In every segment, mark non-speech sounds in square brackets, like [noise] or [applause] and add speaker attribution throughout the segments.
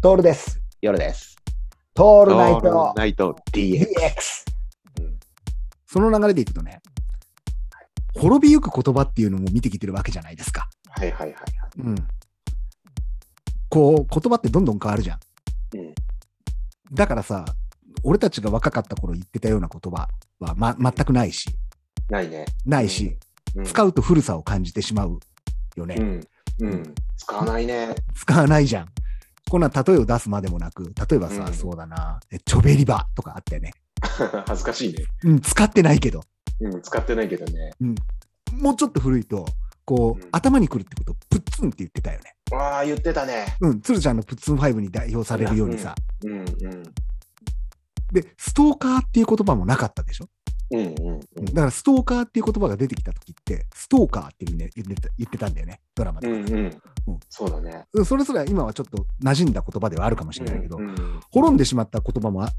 Speaker 1: トールです。
Speaker 2: 夜です。
Speaker 1: ト
Speaker 2: オ
Speaker 1: ールナイト
Speaker 2: ナイト DX。
Speaker 1: DX。
Speaker 3: その流れでいくとね、滅びゆく言葉っていうのも見てきてるわけじゃないですか。
Speaker 2: はいはいは
Speaker 3: うん。こう、言葉ってどんどん変わるじゃん。
Speaker 2: うん
Speaker 3: だからさ、俺たちが若かった頃言ってたような言葉は、ま、全くないし、
Speaker 2: い。ないね。
Speaker 3: ないし、
Speaker 2: うん
Speaker 3: 使うと古さを感じてしまうよね。
Speaker 2: うん。うん。使わないね。 [laughs]
Speaker 3: 使わないじゃん。こんな例えを出すまでもなく、例えばさ、
Speaker 2: うん
Speaker 3: そうだな、えチョベリバとかあったよね。
Speaker 2: 恥ずかしいね。
Speaker 3: うん、使ってないけど、
Speaker 2: うん。使ってないけどね。
Speaker 3: もうちょっと古いと、こう、
Speaker 2: うん
Speaker 3: 頭にくるってことをプッツンって言ってたよね。
Speaker 2: わあ、言ってたね。
Speaker 3: うん、鶴ちゃんのプッツン5に代表されるようにさ。
Speaker 2: うんうん。
Speaker 3: で、ストーカーっていう言葉もなかったでしょ。
Speaker 2: うんうんうん。
Speaker 3: だから、ストーカーっていう言葉が出てきた時って、ストーカーっていうね言ってた言ってたんだよね、ドラマ
Speaker 2: う
Speaker 3: で。
Speaker 2: んうん。そうだね。
Speaker 3: うんそれすら今はちょっと馴染んだ言葉ではあるかもしれないけど、
Speaker 2: うんうん
Speaker 3: 滅んでしまった言葉もあ、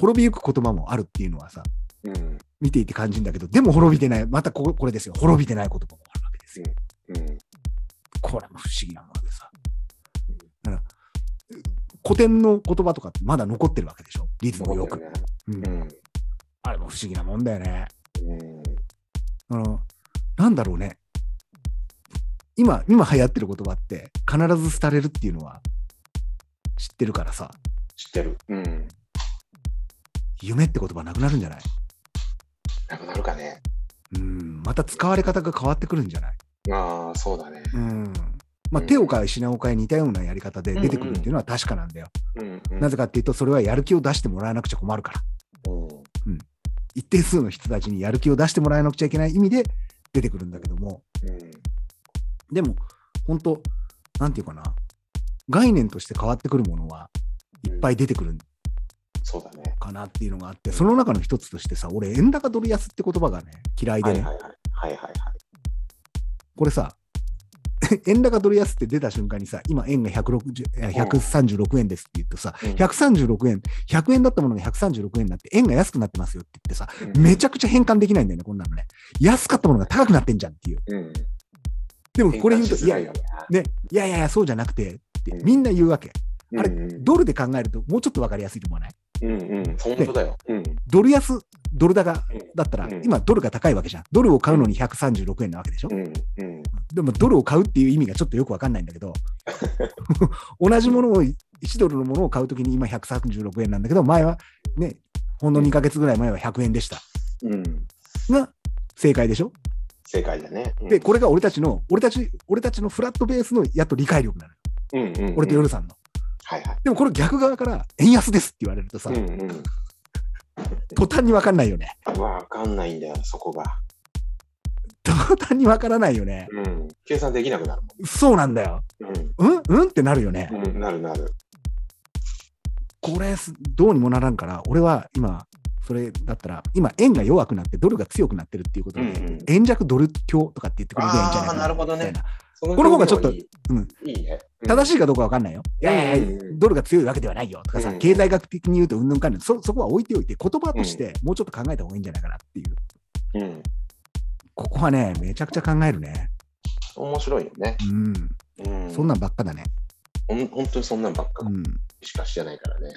Speaker 3: 滅びゆく言葉もあるっていうのはさ、
Speaker 2: うん
Speaker 3: 見ていて感じるんだけど、でも滅びてない、またこここれですよ、滅びてない言葉もあるわけですよ。
Speaker 2: うん。
Speaker 3: これも不思議なものでさ。だから古典の言葉とかってまだ残ってるわけでしょ、リズムよく。
Speaker 2: ね。
Speaker 3: うん
Speaker 2: うん。
Speaker 3: あれも不思議なもんだよね。
Speaker 2: うん。
Speaker 3: あの、なんだろうね。今、今流行ってる言葉って必ず廃れるっていうのは知ってるからさ、
Speaker 2: 知ってる。うん。
Speaker 3: 夢って言葉なくなるんじゃない
Speaker 2: なくなるかね。
Speaker 3: うん、また使われ方が変わってくるんじゃない
Speaker 2: ああ、そうだね。
Speaker 3: うん。まあ、
Speaker 2: うん
Speaker 3: 手を変え品を変え似たようなやり方で出てくるっていうのは確かなんだよ。
Speaker 2: うんうん。
Speaker 3: なぜかっていうと、それはやる気を出してもらわなくちゃ困るから。
Speaker 2: うん。
Speaker 3: 一定数の人たちにやる気を出してもらわなくちゃいけない意味で出てくるんだけども、
Speaker 2: うん。
Speaker 3: でも、本当なんていうかな、概念として変わってくるものはいっぱい出てくるん
Speaker 2: そうだね。
Speaker 3: かなっていうのがあって、その中の一つとしてさ、俺、円高ドル安って言葉がね、嫌い
Speaker 2: は
Speaker 3: で
Speaker 2: い
Speaker 3: ね、
Speaker 2: はいはい。はいはいはい。
Speaker 3: これさ、 [laughs] 円高ドル安って出た瞬間にさ、今、円が160え136円ですって言うとさ、
Speaker 2: うん
Speaker 3: 136円、100円だったものが136円になって、円が安くなってますよって言ってさ、
Speaker 2: うん
Speaker 3: めちゃくちゃ変換できないんだよね、こんなのね。安かったものが高くなってんじゃんっていう。
Speaker 2: うん。
Speaker 3: でもこれ言うと、
Speaker 2: 変化し
Speaker 3: い
Speaker 2: づ
Speaker 3: や
Speaker 2: ら
Speaker 3: いや
Speaker 2: よ、ね
Speaker 3: ね、いやいやいや、そうじゃなくて、って
Speaker 2: うん
Speaker 3: みんな言うわけ。あれ
Speaker 2: うんうん
Speaker 3: ドルで考えると、もうちょっと分かりやすいと思わない
Speaker 2: うんうん、本当だよ。うん。
Speaker 3: ドル安、ドル高だったら
Speaker 2: うん、
Speaker 3: 今、ドルが高いわけじゃん。ドルを買うのに136円なわけでしょ
Speaker 2: う。んうん。
Speaker 3: でも、ドルを買うっていう意味がちょっとよく分かんないんだけど、 [laughs] 同じものを、1ドルのものを買うときに今136円なんだけど、前はね、ほんの2ヶ月ぐらい前は100円でした。
Speaker 2: うん。
Speaker 3: が、正解でしょ
Speaker 2: 正解だね。うん
Speaker 3: で、これが俺たちの、俺たち、俺たちのフラットベースのやっと理解力なのよ。
Speaker 2: うんうんうん、
Speaker 3: 俺と夜さんの。
Speaker 2: はいはい。
Speaker 3: でもこれ逆側から、円安ですって言われるとさ、
Speaker 2: うんうん。
Speaker 3: 途端に分かんないよね。
Speaker 2: わかんないんだよ、そこが。
Speaker 3: 途端にわからないよね。
Speaker 2: うん。計算できなくなるも
Speaker 3: そうなんだよ。
Speaker 2: ん。
Speaker 3: うんうんってなるよね。
Speaker 2: うん。うん、なるなる。
Speaker 3: これす、どうにもならんから、俺は今、それだったら、今、円が弱くなって、ドルが強くなってるっていうことで、
Speaker 2: うんうん
Speaker 3: 円弱ドル強とかって言ってくれるといいんじゃないか
Speaker 2: あーなるほどね
Speaker 3: みたいな
Speaker 2: こ
Speaker 3: この方がちょっと
Speaker 2: いい,、
Speaker 3: うん
Speaker 2: いいね。
Speaker 3: 正
Speaker 2: しい。
Speaker 3: しいかどうかわかんないよ。いやいやいや
Speaker 2: うんうん
Speaker 3: ドルが強いわけではないよとかさ、
Speaker 2: うんうん
Speaker 3: 経済学的に言うとうんぬんかんぬん、そそこは置いておいて、言葉としてもうちょっと考えた方がいいんじゃないかなっていう。
Speaker 2: うん。
Speaker 3: ここはね、めちゃくちゃ考えるね。
Speaker 2: 面白いよね。
Speaker 3: うん。
Speaker 2: うん。
Speaker 3: そんなんばっかだね。
Speaker 2: ほん本当にそんなんばっか
Speaker 3: うん。
Speaker 2: しかしてないからね。